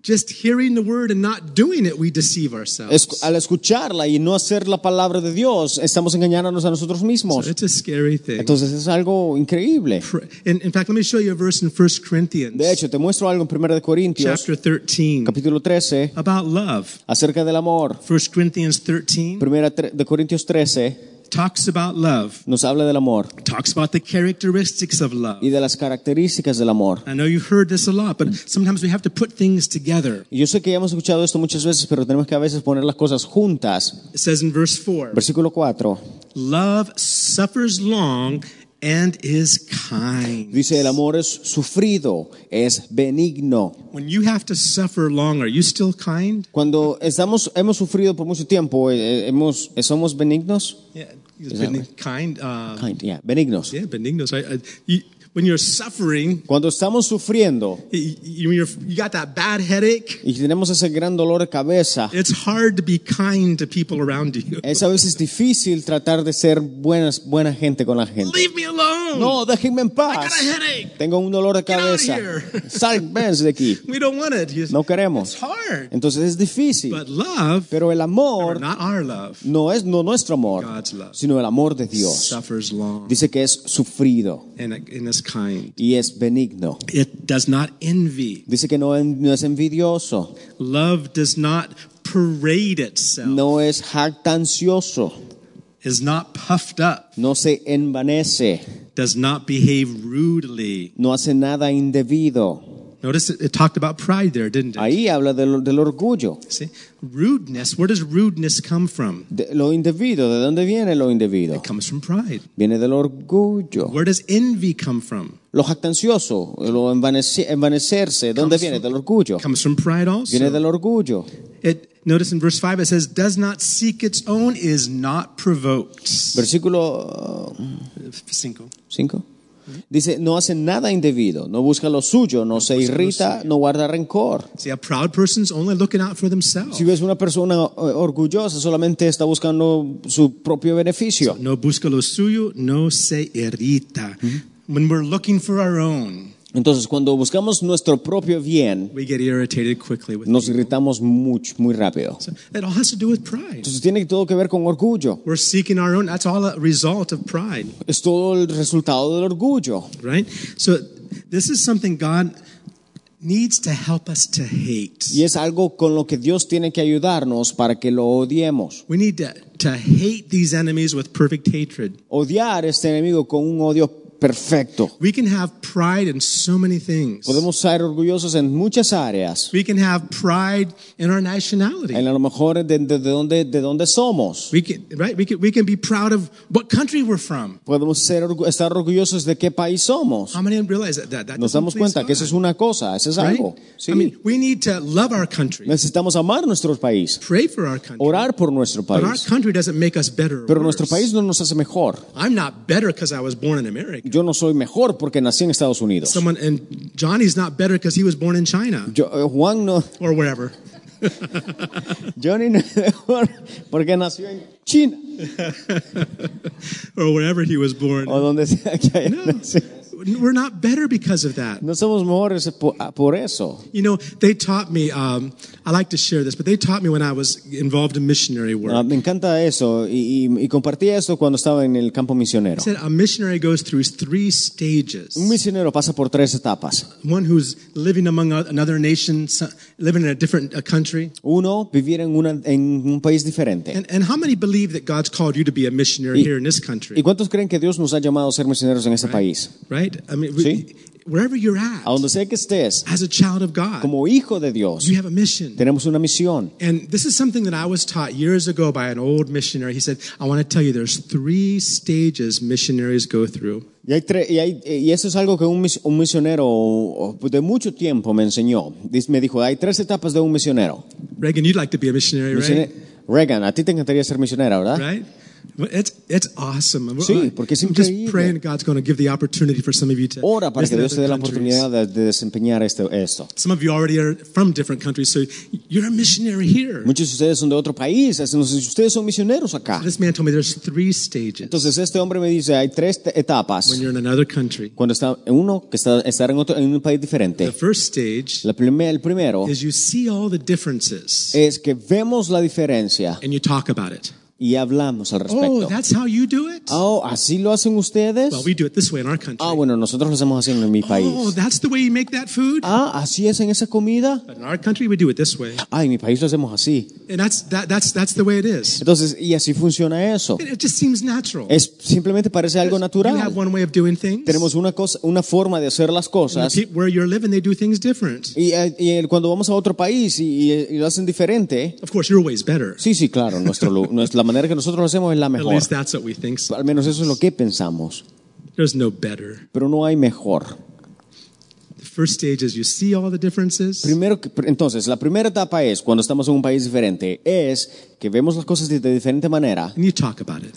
A: Just hearing the word and not doing it, we deceive ourselves.
B: Escu- al escucharla y no hacer la palabra de Dios, estamos engañándonos a nosotros mismos.
A: It's a scary thing.
B: Entonces es algo increíble.
A: Pr- In, in fact, let me show you a verse in 1
B: De
A: Corinthians
B: hecho, te muestro algo en 1 de Corintios,
A: chapter 13
B: capítulo 13,
A: about love.
B: acerca del amor.
A: 1 Corinthians 13
B: Primera tre- de Corintios 13
A: talks about love,
B: nos habla del amor
A: talks about the characteristics of love.
B: y de las características del amor.
A: I know you've heard this a lot, but sometimes we have to put things together.
B: Y Yo sé que ya hemos escuchado esto muchas veces, pero tenemos que a veces poner las cosas juntas.
A: It says in verse 4
B: Versículo 4
A: Love suffers long and is kind.
B: dice, el amor es sufrido, es benigno.
A: When you have to suffer long, are you still kind?
B: Cuando estamos, hemos sufrido por mucho tiempo, eh, eh, hemos, somos benignos.
A: Yeah,
B: that
A: been kind. Uh,
B: Kind, yeah, benignos.
A: Yeah, benignos. I, I, you, when you're suffering,
B: Cuando estamos sufriendo
A: you, you, you're, you got that bad headache.
B: y tenemos ese gran dolor de cabeza,
A: It's hard to be kind to people around you.
B: es a veces difícil tratar de ser buenas, buena gente con la gente.
A: Leave me alone.
B: No, déjenme en
A: I got
B: paz.
A: a headache.
B: Tengo un dolor de
A: Get out of
B: cabeza.
A: here.
B: Sal, ven de aquí.
A: We don't want it. You-
B: No
A: It's
B: queremos.
A: hard.
B: Entonces es difícil.
A: But love,
B: Pero el amor
A: not our love,
B: no es no nuestro amor,
A: God's love.
B: sino el amor de Dios.
A: suffers long
B: Dice que es sufrido
A: and, and is kind.
B: y es benigno.
A: It does not envy.
B: Dice que no, en- no es envidioso,
A: Love does not parade itself.
B: no es jactancioso.
A: is not puffed up,
B: no se envanece,
A: does not behave rudely.
B: no hace nada indebido.
A: Notice it, it talked about pride there, didn't it?
B: Ahí habla del, del orgullo.
A: See? Rudeness, where does rudeness come from?
B: De lo indebido, ¿de dónde viene lo indebido?
A: It comes from pride.
B: Viene del orgullo.
A: Where does envy come from?
B: Lo jactancioso, lo envanece- envanecerse, ¿dónde
A: Comes
B: viene?
A: from-
B: Del orgullo.
A: Comes from pride also.
B: Viene del orgullo.
A: It, notice in verse 5 it says, does not seek its own, is not provoked.
B: Versículo
A: Cinco.
B: 5. Dice, no hace nada indebido, no busca lo suyo, no se
A: busca lo
B: irrita,
A: suyo.
B: no guarda rencor.
A: See, a proud person's only looking out for themselves.
B: Si ves una persona eh, orgullosa, solamente está buscando su propio beneficio.
A: No busca lo suyo, no se irrita.
B: Mm-hmm.
A: When we're looking for our own,
B: Entonces, cuando buscamos nuestro propio bien,
A: we get irritated quickly with
B: nos
A: people.
B: irritamos muy, muy rápido.
A: So that all has to do with pride.
B: Entonces, tiene todo que ver con orgullo.
A: We're seeking our own. That's all a result of pride,
B: Es todo el resultado del orgullo.
A: right? So this is something God needs to help us to hate.
B: Y es algo con lo que Dios tiene que ayudarnos para que lo odiemos.
A: We need to, to hate these enemies with perfect hatred.
B: Odiar a este enemigo con un odio perfecto.
A: We can have pride in so many things.
B: Podemos ser orgullosos en muchas áreas.
A: We can have pride in our nationality.
B: En a lo mejor de, de, de dónde, de dónde somos.
A: We can, right? We can, we can be proud of what country we're from.
B: Podemos ser, orgu- estar orgullosos de qué país somos.
A: How many realize that? That, that
B: Nos
A: doesn't
B: damos
A: please
B: cuenta que eso
A: God,
B: es una cosa, eso es algo.
A: pues, right?
B: Sí.
A: I mean, we need to love our country,
B: Necesitamos amar nuestro país,
A: pray for our country.
B: orar por nuestro
A: but our
B: país.
A: country doesn't make us better. Or
B: Pero
A: worse.
B: nuestro país no nos hace mejor.
A: I'm not better because I was born in America.
B: Yo no soy mejor porque nací en Estados Unidos.
A: Someone and Johnny's not better because he was born in China
B: Yo- eh, Juan no,
A: or wherever.
B: Johnny no es mejor porque nació en China
A: or wherever he was born.
B: o donde sea que haya
A: No.
B: nacido.
A: We're not better because of that.
B: No somos mejores po- ah, por eso.
A: You know, they taught me, um, I like to share this, but they taught me when I was involved in missionary work.
B: Ah, me encanta eso y, y- y compartí esto cuando estaba en el campo misionero.
A: said a missionary goes through three stages.
B: Un misionero pasa por tres etapas.
A: One who's living among a- another nation, so- living in a different uh country.
B: Uno, vivir en, una, en un país diferente.
A: And, and how many believe that God's called you to be a missionary here in this
B: ¿Y
A: country?
B: cuántos creen que Dios nos ha llamado a ser misioneros en este país?
A: Right? I mean, we, wherever you're at,
B: A donde sea que estés,
A: as a child of God,
B: como hijo de Dios,
A: you have a mission.
B: tenemos una misión.
A: And this is something that I was taught years ago by an old missionary. He said, I want to tell you there's three stages missionaries go through.
B: Y, hay tre- y, hay- y eso es algo que un, mis- un misionero o- de mucho tiempo me enseñó. Dice- Me dijo, hay tres etapas de un misionero.
A: Reagan, you'd like to be a missionary,
B: Misione-
A: right?
B: Reagan, a ti te encantaría ser misionera, ¿verdad?
A: Right? Well, It's, it's awesome. I'm-
B: Sí, porque es
A: I'm just
B: increíble.
A: praying God's going to give the opportunity for some of you to
B: Ora para que
A: visit
B: Dios te dé la
A: other countries.
B: oportunidad de, de desempeñar este- esto.
A: Some of you already are from different countries, so you're a missionary here.
B: Muchos de ustedes son de otro país, así, no sé si ustedes son misioneros acá.
A: This man told me there's three stages
B: Entonces este hombre me dice, hay tres te-
A: when
B: etapas.
A: you're in another country.
B: Cuando está uno que está estar en, otro, en un país
A: The
B: diferente.
A: first stage
B: La prime- el primero
A: is you see all the differences
B: es que vemos la diferencia
A: and you talk about it.
B: y hablamos al
A: Oh,
B: respecto.
A: that's how you do it?
B: Oh, así lo hacen ustedes.
A: Well, we do it this way in our country.
B: Ah, bueno, nosotros lo hacemos así en mi
A: Oh,
B: país.
A: that's the way you make that food?
B: Ah, así es en esa comida.
A: But in our country, we do it this way.
B: Ah, en mi país lo hacemos así.
A: And that's, that, that's, that's the way it is.
B: Entonces, y así funciona eso.
A: It, it just seems natural.
B: Es simplemente parece algo
A: You have
B: natural.
A: one way of doing things.
B: Tenemos una cosa, una forma de hacer las
A: And the
B: cosas.
A: peop- where you're living, they do things different.
B: Y, eh, y el- cuando vamos a otro país y, y- y lo hacen diferente,
A: Of course, your way's better.
B: sí, sí, claro, nuestro, lu- nuestra- la manera que nosotros lo hacemos es la
A: At
B: mejor.
A: least that's what we think. So.
B: Al menos eso es lo que pensamos.
A: There's no better.
B: Pero no hay mejor.
A: The first stage is you see all the differences,
B: Primero, que- pr- entonces, la primera etapa es, cuando estamos en un país diferente, es que vemos las cosas de, de diferente manera
A: and you talk about it.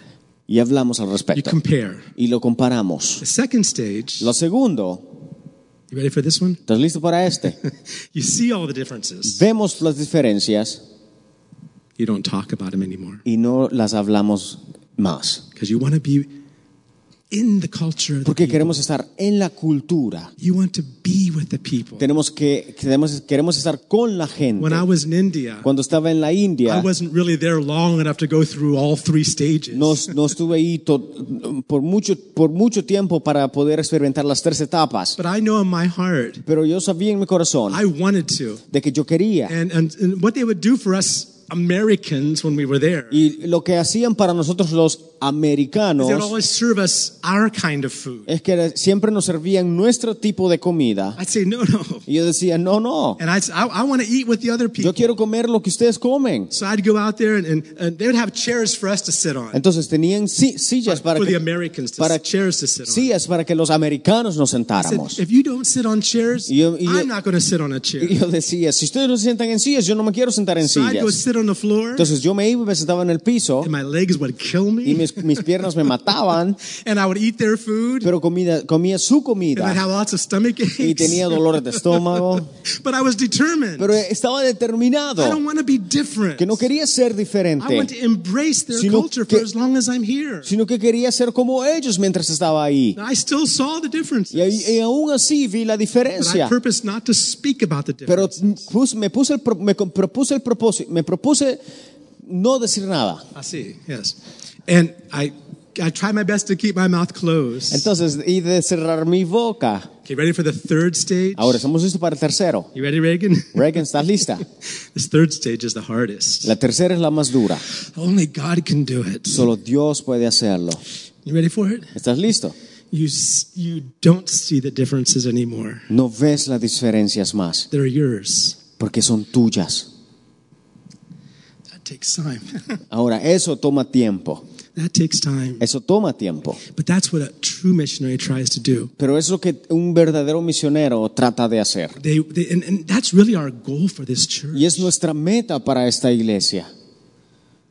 B: y hablamos al
A: You
B: respecto.
A: compare.
B: Y lo comparamos.
A: The second stage,
B: Lo segundo,
A: you ready for this one?
B: ¿estás listo para este?
A: You see all the differences.
B: Vemos las diferencias
A: You don't talk about them anymore
B: y no las hablamos más.
A: because you want to be in the culture. Of the
B: Porque
A: people.
B: queremos estar en la cultura.
A: You want to be with the people.
B: Tenemos que, queremos, queremos estar con la gente.
A: When I was in India,
B: Cuando estaba en la
A: I
B: India,
A: wasn't really there long enough to go through all three stages.
B: no, no estuve ahí to- por, mucho, por mucho tiempo para poder experimentar las tres etapas.
A: But I know in my heart,
B: Pero yo sabía en mi corazón
A: I wanted to.
B: de que yo quería.
A: And, and, and what they would do for us Americans when we were there
B: Y lo que hacían para nosotros los
A: They would
B: americanos
A: always serve us our kind of food.
B: es que era- siempre nos servían nuestro tipo de comida.
A: I'd say, no, no.
B: Y yo decía, no, no,
A: And I'd say, I, I want to eat with the other
B: yo
A: people.
B: quiero comer lo que ustedes comen.
A: So I'd go out there and, and, and they would have chairs for us to sit on.
B: Entonces tenían si- sillas para
A: for the
B: que,
A: Americans to
B: para-
A: chairs to sit on.
B: sillas para que los americanos nos
A: I said,
B: sentáramos.
A: if you don't sit on chairs,
B: Y yo- y yo-
A: I'm not going to sit on a chair.
B: Y yo decía, si ustedes no se sientan en sillas, yo no me quiero sentar en
A: So I'd go
B: sillas.
A: sit on the floor,
B: Entonces yo me iba y me sentaba en el piso
A: and my legs would kill
B: y
A: me,
B: mis, mis piernas me mataban,
A: and I would eat their food,
B: pero comida, comía su
A: and I'd
B: comida
A: have lots of stomach aches.
B: y tenía dolores de estómago.
A: But I was determined.
B: Pero estaba determinado
A: I don't want to be different.
B: que no quería ser
A: I want
B: diferente,
A: to embrace their
B: Sino
A: culture
B: que-
A: for as long as I'm here.
B: sino que quería ser como ellos mientras estaba ahí.
A: Now, I still saw the differences,
B: Y, ahí- y aún así vi la
A: but I
B: diferencia.
A: purposed not to speak about the
B: Pero
A: difference.
B: pus- me, puse el pro- me com- propuse el propósito, me propuse no decir nada.
A: I see, yes. And I, I try my best to keep my mouth closed.
B: Entonces, y de cerrar mi boca.
A: Okay, ready for the third stage?
B: Ahora estamos listos para el tercero.
A: You ready, Reagan?
B: Reagan, ¿estás lista?
A: This third stage is the hardest.
B: La tercera es la más dura.
A: Only God can do it.
B: Solo Dios puede hacerlo.
A: You ready for it?
B: ¿Estás listo?
A: You s- you don't see the differences anymore.
B: No ves las diferencias más,
A: They're yours.
B: porque son tuyas.
A: That takes time.
B: Ahora, eso toma tiempo.
A: that takes time.
B: Eso toma tiempo.
A: But that's what a true missionary tries to do.
B: Pero es lo que un verdadero misionero trata de hacer.
A: They, they and, and that's really our goal for this church.
B: Y es nuestra meta para esta iglesia.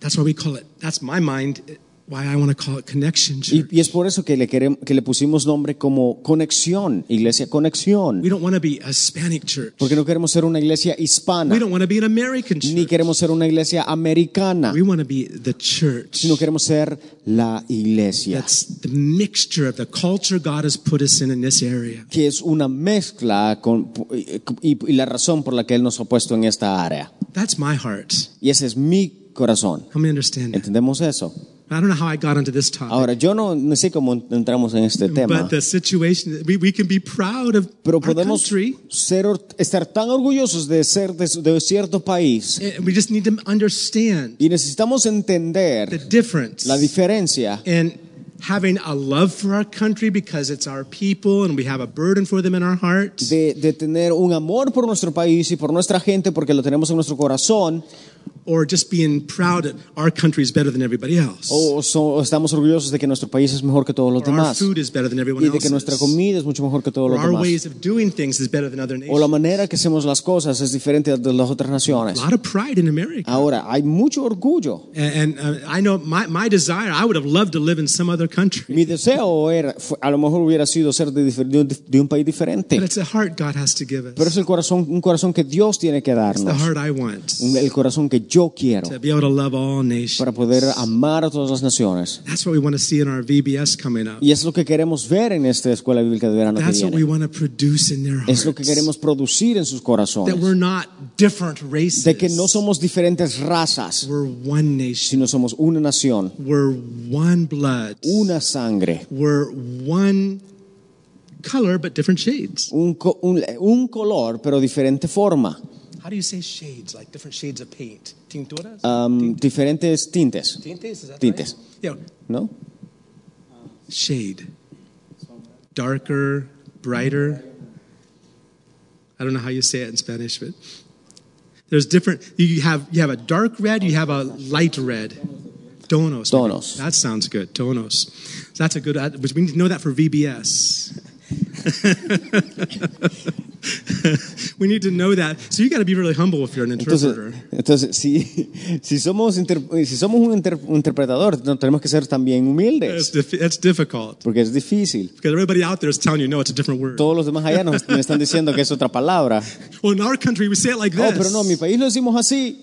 A: That's why we call it. That's my mind. Why I want to call it connection church.
B: Y, y es por eso que le, querem- que le pusimos nombre como Conexión, Iglesia Conexión.
A: We don't want to be a Hispanic church.
B: Porque no queremos ser una iglesia
A: We
B: hispana,
A: don't want to be an American
B: ni
A: church.
B: queremos ser una iglesia americana,
A: We want to be the church.
B: sino queremos ser la iglesia,
A: That's the mixture of the culture God has put us in in this area.
B: que es una mezcla con, y, y la razón por la que Él nos ha puesto en esta área.
A: That's my heart.
B: Y ese es mi corazón.
A: Help me understand that.
B: ¿Entendemos eso?
A: I don't know how I got into this topic.
B: Ahora, yo no, no sé cómo entramos en este tema,
A: But the situation, we, we can be proud of
B: pero
A: our
B: podemos
A: country.
B: ser, or- estar tan orgullosos de ser de, de cierto país
A: Eh, We just need to understand
B: y necesitamos
A: the
B: entender
A: difference
B: la diferencia
A: and having a love for our country because it's our people and we have a burden for them in our heart.
B: de, de tener un amor por nuestro país y por nuestra gente porque lo tenemos en nuestro corazón
A: Or just being proud that our country is better than everybody else.
B: o, so- o estamos orgullosos de que nuestro país es mejor que todos los
A: or our
B: Oh, demás
A: food is better than everyone
B: y de que nuestra
A: else's.
B: comida es mucho mejor que todos
A: Or
B: los
A: our
B: demás
A: ways of doing things is better than other
B: o la
A: nations.
B: manera que hacemos las cosas es diferente de las otras
A: A
B: naciones.
A: lot of pride in America.
B: Ahora, hay mucho orgullo.
A: And, and uh, I know my, my desire, I would have loved to live in some other country.
B: Mi deseo era, fue- a lo mejor hubiera sido ser de, difer- de un- de un país diferente,
A: But it's a heart God has to give
B: pero
A: us.
B: es el corazón, un corazón que Dios tiene que
A: the
B: darnos,
A: heart I want.
B: un- el corazón que yo quiero
A: To be able to love all nations.
B: para poder amar a todas las naciones.
A: That's what we want to see in our VBS coming up.
B: Y es lo que queremos ver en esta escuela bíblica de verano que
A: That's what we
B: viene.
A: want to produce in their
B: Es
A: hearts.
B: lo que queremos producir en sus
A: That we're
B: corazones,
A: not different races.
B: de que no somos diferentes razas,
A: We're one nation.
B: sino somos una nación,
A: We're one blood.
B: una sangre,
A: We're one color but different shades.
B: un, co- un- un color, pero diferente forma,
A: How do you say shades? Like different shades of paint? Tinturas?
B: um, diferentes tintes,
A: Tintes? Is that
B: tintes.
A: right? Yeah.
B: ¿no?
A: Shade. Darker, brighter. I don't know how you say it in Spanish, but there's different. You have you have a dark red, you have a light red. Tonos.
B: Tonos.
A: That sounds good. Tonos. So that's a good. uh, Which we need to know that for VBS. we need to know that. So you got to be really humble if you're an
B: Entonces,
A: interpreter.
B: entonces si, si, somos inter- si somos un inter- un interpretador, no, tenemos que ser también
A: That's,
B: humildes,
A: dif- that's difficult
B: porque es difícil.
A: because everybody out there is telling you no, it's a different word.
B: Todos los demás allá nos, nos están diciendo que es otra palabra.
A: Well, in our country, we say it like
B: Oh,
A: this.
B: pero no, en mi país lo decimos así.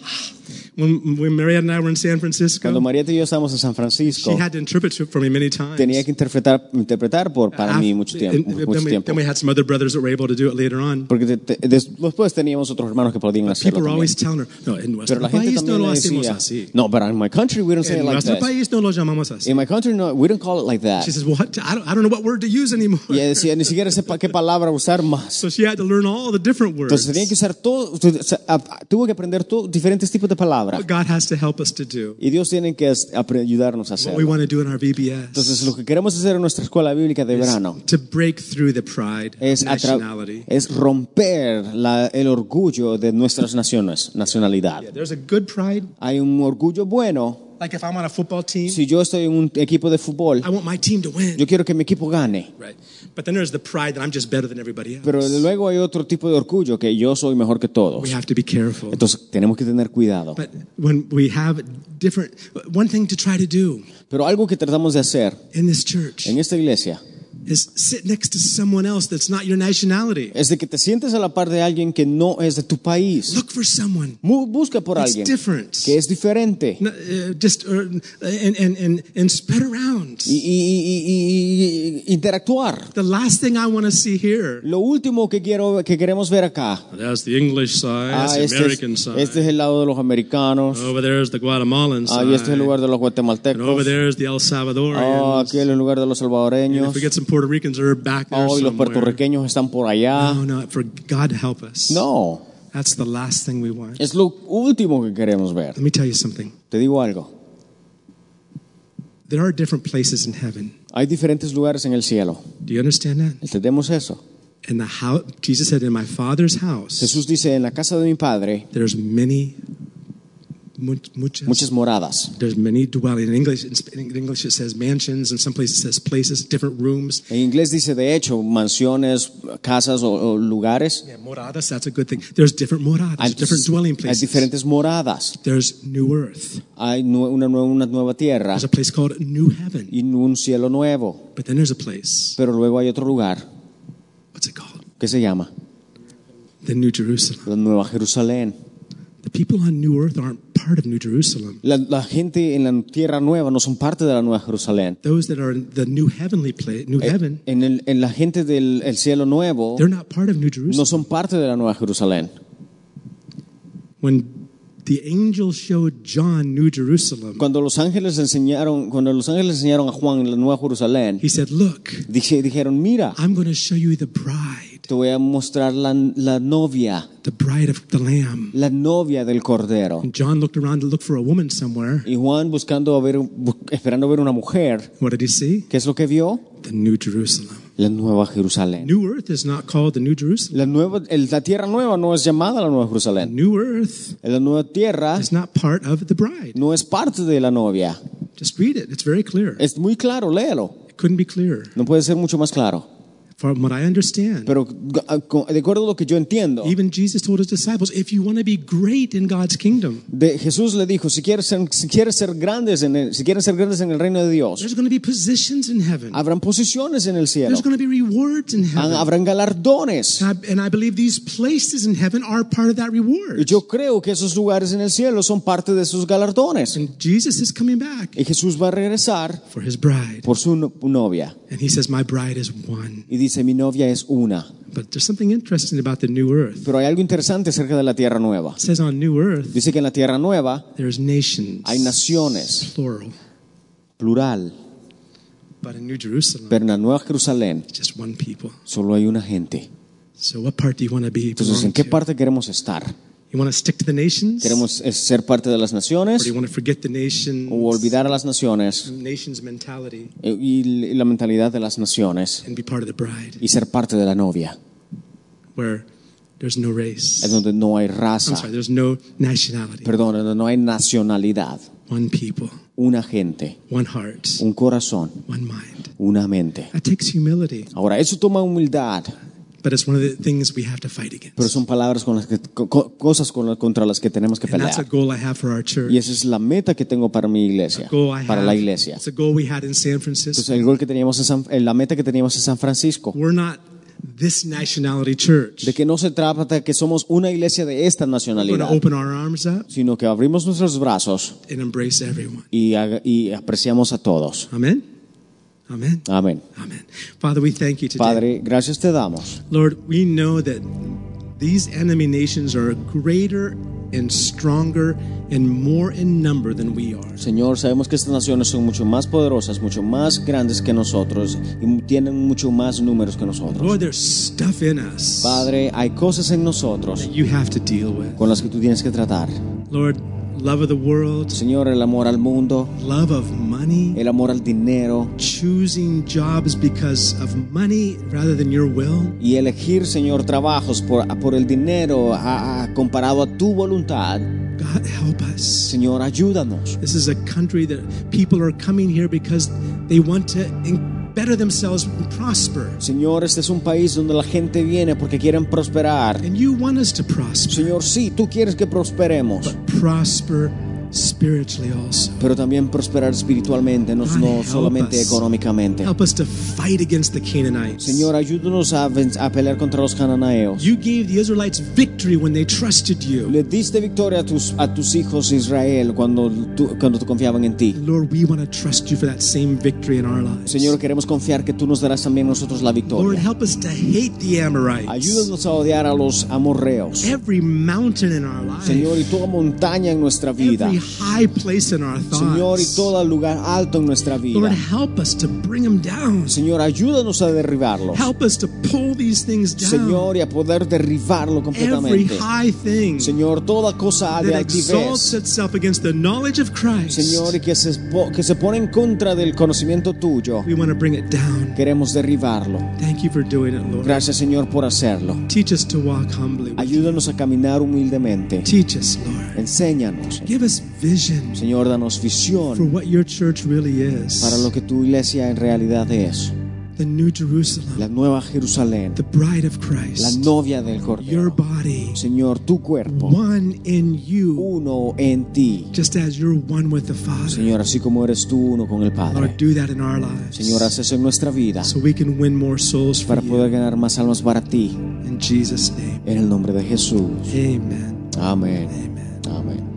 A: When, when Mariette and I were in San
B: Cuando
A: Francisco,
B: Marieta y yo estábamos en San
A: she
B: Francisco,
A: had to interpret for me many times.
B: tenía que interpretar, interpretar por, para
A: Af-
B: mí mucho tiempo.
A: and- and
B: mucho
A: then, we,
B: tiempo.
A: then we had some other brothers that were able to do it later on.
B: Porque te- te- des- después teníamos otros hermanos que podían
A: People
B: hacerlo
A: were
B: también.
A: always telling her, no, en
B: Pero
A: nuestro
B: la gente
A: país no
B: también
A: lo
B: le
A: hacemos
B: decía,
A: así.
B: no, but in my country we don't say it
A: En
B: like
A: nuestro
B: this.
A: país no lo llamamos así.
B: In my country no, we don't call it like that.
A: She says, well, what, I, don't, I don't know what word to use anymore.
B: Y ella decía, ni siquiera sepa qué palabra usar más.
A: So she had to learn all the different words.
B: Entonces tenía que usar todo, tu- o sea, a- a- tuvo que aprender todo, diferentes tipos de palabra.
A: what God has to help us to do,
B: Y Dios tiene que as- apre- ayudarnos a
A: what we
B: hacerlo.
A: want to do in our VBS,
B: Entonces, lo que queremos hacer en nuestra escuela bíblica de verano
A: to break through the pride of
B: es, atra-
A: nationality.
B: es romper la- el orgullo de nuestras naciones, nacionalidad.
A: There's a good pride.
B: Hay un orgullo bueno.
A: Like if I'm on a football team,
B: Si yo estoy en un equipo de fútbol,
A: I want my team to win.
B: yo quiero que mi equipo gane.
A: Right. But then there's the pride that I'm just better than everybody else.
B: Pero luego hay otro tipo de orgullo, que yo soy mejor que
A: We
B: todos.
A: have to be careful.
B: Entonces, tenemos que tener cuidado.
A: But when we have different, one thing to try to do
B: Pero algo que tratamos de hacer
A: in this church
B: en esta iglesia
A: is sit next to someone else that's not your nationality.
B: es de que te sientes a la par de alguien que no es de tu país.
A: Look for someone
B: Mu- Busca por
A: that's
B: alguien
A: different.
B: que es diferente.
A: No, uh, just or, and, and and and spread around.
B: y, y- y- y- y interactuar.
A: The last thing I want to see here.
B: Lo último que quiero que queremos ver acá.
A: That's the English side.
B: Ah, este, es, este es el lado de los americanos.
A: Over there is the Guatemalan
B: Ah, y este es el lugar de los guatemaltecos.
A: there is the El Salvadorian.
B: Ah, aquí es el lugar de los salvadoreños.
A: some Puerto Ricans are back
B: Ah, y los puertorriqueños están por allá.
A: No, no, for God to help us.
B: No,
A: That's the last thing we want.
B: es lo último que queremos ver.
A: Let me tell you something.
B: Te digo algo.
A: There are different places in heaven.
B: Hay diferentes lugares en el cielo.
A: Do you understand that?
B: Entendemos eso.
A: In the house, Jesus said, "In my Father's house,
B: Jesús dice, en la casa de mi padre,
A: there's many, much, muchas,
B: muchas moradas.
A: there's many dwelling." In English, in Sp- in English, it says mansions, and some places it says places, different rooms.
B: En inglés dice, de hecho, mansiones, casas o- o lugares.
A: Yeah, moradas. That's a good thing. There's different moradas,
B: Hay,
A: different dwelling
B: hay
A: places.
B: diferentes moradas.
A: There's new earth.
B: Hay nue- una nueva, una nueva tierra
A: There's a place called new heaven.
B: y un cielo nuevo.
A: But then there's a place.
B: Pero luego hay otro lugar
A: What's it called?
B: que se llama
A: The New Jerusalem.
B: la Nueva Jerusalén.
A: The people on New Earth aren't part of New Jerusalem.
B: La, la gente en la tierra nueva no son parte de la Nueva Jerusalén.
A: Those that are in the new heavenly place, new heaven,
B: En, el- en la gente del el cielo nuevo
A: they're not part of New Jerusalem.
B: no son parte de la Nueva Jerusalén.
A: When the angel showed John New Jerusalem,
B: Cuando los ángeles enseñaron, cuando los ángeles enseñaron a Juan la Nueva Jerusalén,
A: he said, Look,
B: dije- dijeron, mira,
A: I'm going to show you the bride,
B: te voy a mostrar la, la novia,
A: the bride of the Lamb.
B: la novia del Cordero.
A: And John looked around to look for a woman somewhere.
B: Y Juan buscando a ver, bu- esperando ver una mujer,
A: What did he see?
B: ¿qué es lo que vio?
A: The New Jerusalem.
B: La Nueva Jerusalén.
A: New Earth is not called the New Jerusalem.
B: La, nueva, el- la tierra nueva no es llamada la Nueva Jerusalén.
A: New Earth
B: La nueva tierra
A: is not part of the bride.
B: no es parte de la novia.
A: Just read it. It's very clear.
B: Es muy claro, léelo.
A: It couldn't be clearer.
B: No puede ser mucho más claro.
A: From what I understand,
B: Pero ah, de acuerdo a lo que yo entiendo,
A: even Jesus told his disciples, if you want to be great in God's kingdom,
B: de, Jesús le dijo, si quieres ser, si quieres ser grandes en el, si quieres ser grandes en el reino de Dios,
A: there's going to be positions in heaven.
B: habrán posiciones en el cielo,
A: There's going to be rewards in
B: Han-
A: heaven.
B: habrán galardones.
A: And I, and I believe these places in heaven are part of that
B: Y
A: reward.
B: yo creo que esos lugares en el cielo son parte de esos galardones.
A: And Jesus is coming back
B: Y Jesús va a regresar
A: for his bride.
B: por su no- novia.
A: And he says, My bride is one.
B: Y dice, mi novia es una.
A: But there's something interesting about the new earth.
B: Pero hay algo interesante acerca de la tierra nueva.
A: It says on new earth,
B: Dice que en la tierra nueva,
A: there's nations.
B: Hay naciones.
A: Plural.
B: plural,
A: But in New Jerusalem,
B: pero en la nueva Jerusalén
A: just one people.
B: solo hay una gente.
A: So what part do you want to be?
B: Entonces,
A: belong
B: ¿en qué
A: to?
B: parte queremos estar?
A: You want to stick to the nations? Or
B: ¿Queremos eh, ser parte de las
A: do
B: naciones
A: you want to forget the nations?
B: o olvidar a las naciones
A: nation's mentality
B: eh, y y la mentalidad de las naciones
A: and be part of the bride
B: y ser parte de la novia?
A: where there's no race.
B: Es donde no hay
A: I'm
B: raza,
A: sorry, there's no nationality.
B: perdón, donde no hay nacionalidad.
A: One people,
B: Una gente,
A: one heart,
B: un corazón,
A: one mind.
B: una mente.
A: That takes humility,
B: Ahora, eso toma humildad,
A: but it's one of the things we have to fight against.
B: pero son palabras con las que, co- co- cosas con las- contra las que tenemos que
A: and that's a
B: pelear.
A: goal I have for our church.
B: Y esa es la meta que tengo para mi iglesia,
A: goal I
B: para
A: have.
B: la iglesia.
A: It's a goal we had in San Francisco.
B: Entonces, el gol que teníamos en San- eh, la meta que teníamos en San Francisco,
A: We're not this nationality church.
B: de que no se trata de que somos una iglesia de esta
A: We're going
B: nacionalidad,
A: to open our arms up
B: sino que abrimos nuestros brazos
A: and embrace everyone.
B: y, haga- y apreciamos a todos.
A: Amen. Amen.
B: Amén.
A: Amen. Father, we thank you today.
B: Padre, gracias te damos.
A: Lord, we know that these enemy nations are greater and stronger and more in number than we are.
B: Señor, sabemos que estas naciones son mucho más poderosas, mucho más grandes que nosotros y mu- tienen mucho más números que nosotros.
A: Lord, there's stuff in us
B: Padre, hay cosas en
A: that
B: nosotros
A: you have to deal with.
B: con las que tú tienes que tratar.
A: Lord, love of the world,
B: Señor, el amor al mundo,
A: love of money,
B: el amor al dinero
A: choosing jobs because of money rather than your will.
B: y elegir, Señor, trabajos por, por el dinero a- a- comparado a tu voluntad.
A: God help us.
B: Señor, ayúdanos.
A: This is a country that people are coming here because they want to in- better themselves and prosper.
B: Señor, este es un país donde la gente viene porque quieren prosperar.
A: And you want us to prosper,
B: Señor, sí, tú quieres que prosperemos,
A: but prosper spiritually also.
B: pero también prosperar espiritualmente, no, no solamente económicamente.
A: Help us to fight against the Canaanites.
B: Señor, ayúdanos a, ven- a pelear contra los cananeos.
A: you gave the Israelites victory when they trusted you.
B: Le diste victoria a tus, a tus hijos Israel cuando, tú- cuando te confiaban en ti.
A: Lord, we want to trust you for that same victory in our lives.
B: Señor, queremos confiar que tú nos darás también a nosotros la
A: Lord,
B: victoria.
A: help us to hate the Amorites.
B: Ayúdanos a odiar a los amorreos.
A: every mountain in our life,
B: Señor, y toda montaña en nuestra vida.
A: every high place in our thoughts.
B: Señor, y todo lugar alto en nuestra
A: Lord,
B: vida.
A: help us to bring them down.
B: Señor, ayúdanos a derribarlo.
A: Help us to pull these things down.
B: Señor, y a poder derribarlo
A: every
B: completamente.
A: high thing
B: Señor, toda cosa de
A: that exalts
B: altivez.
A: itself against the knowledge of Christ,
B: Señor, y que se, po- que se pone en contra del conocimiento tuyo.
A: we want to bring it down.
B: Queremos derribarlo.
A: Thank you for doing it, Lord.
B: Gracias, Señor, por hacerlo.
A: Teach us to walk humbly.
B: Ayúdanos a caminar humildemente.
A: Teach us, Lord.
B: Enséñanos.
A: Give us vision
B: Señor, danos
A: for
B: visión
A: what your church really is.
B: para lo que tu iglesia en realidad es.
A: the New Jerusalem,
B: La nueva Jerusalén,
A: the bride of
B: la
A: Christ,
B: novia del
A: your
B: Cordero.
A: body,
B: Señor, tu cuerpo,
A: one in you.
B: uno en ti.
A: just as you're one with the Father.
B: Señor, así como eres tú uno con el Padre.
A: Lord, do that in our lives.
B: Señor, haz eso en nuestra vida
A: so we can win more souls for
B: para
A: you.
B: poder ganar más almas para ti.
A: In Jesus' name.
B: En el nombre de Jesús.
A: Amen.
B: Amén.
A: Amen.
B: Amén.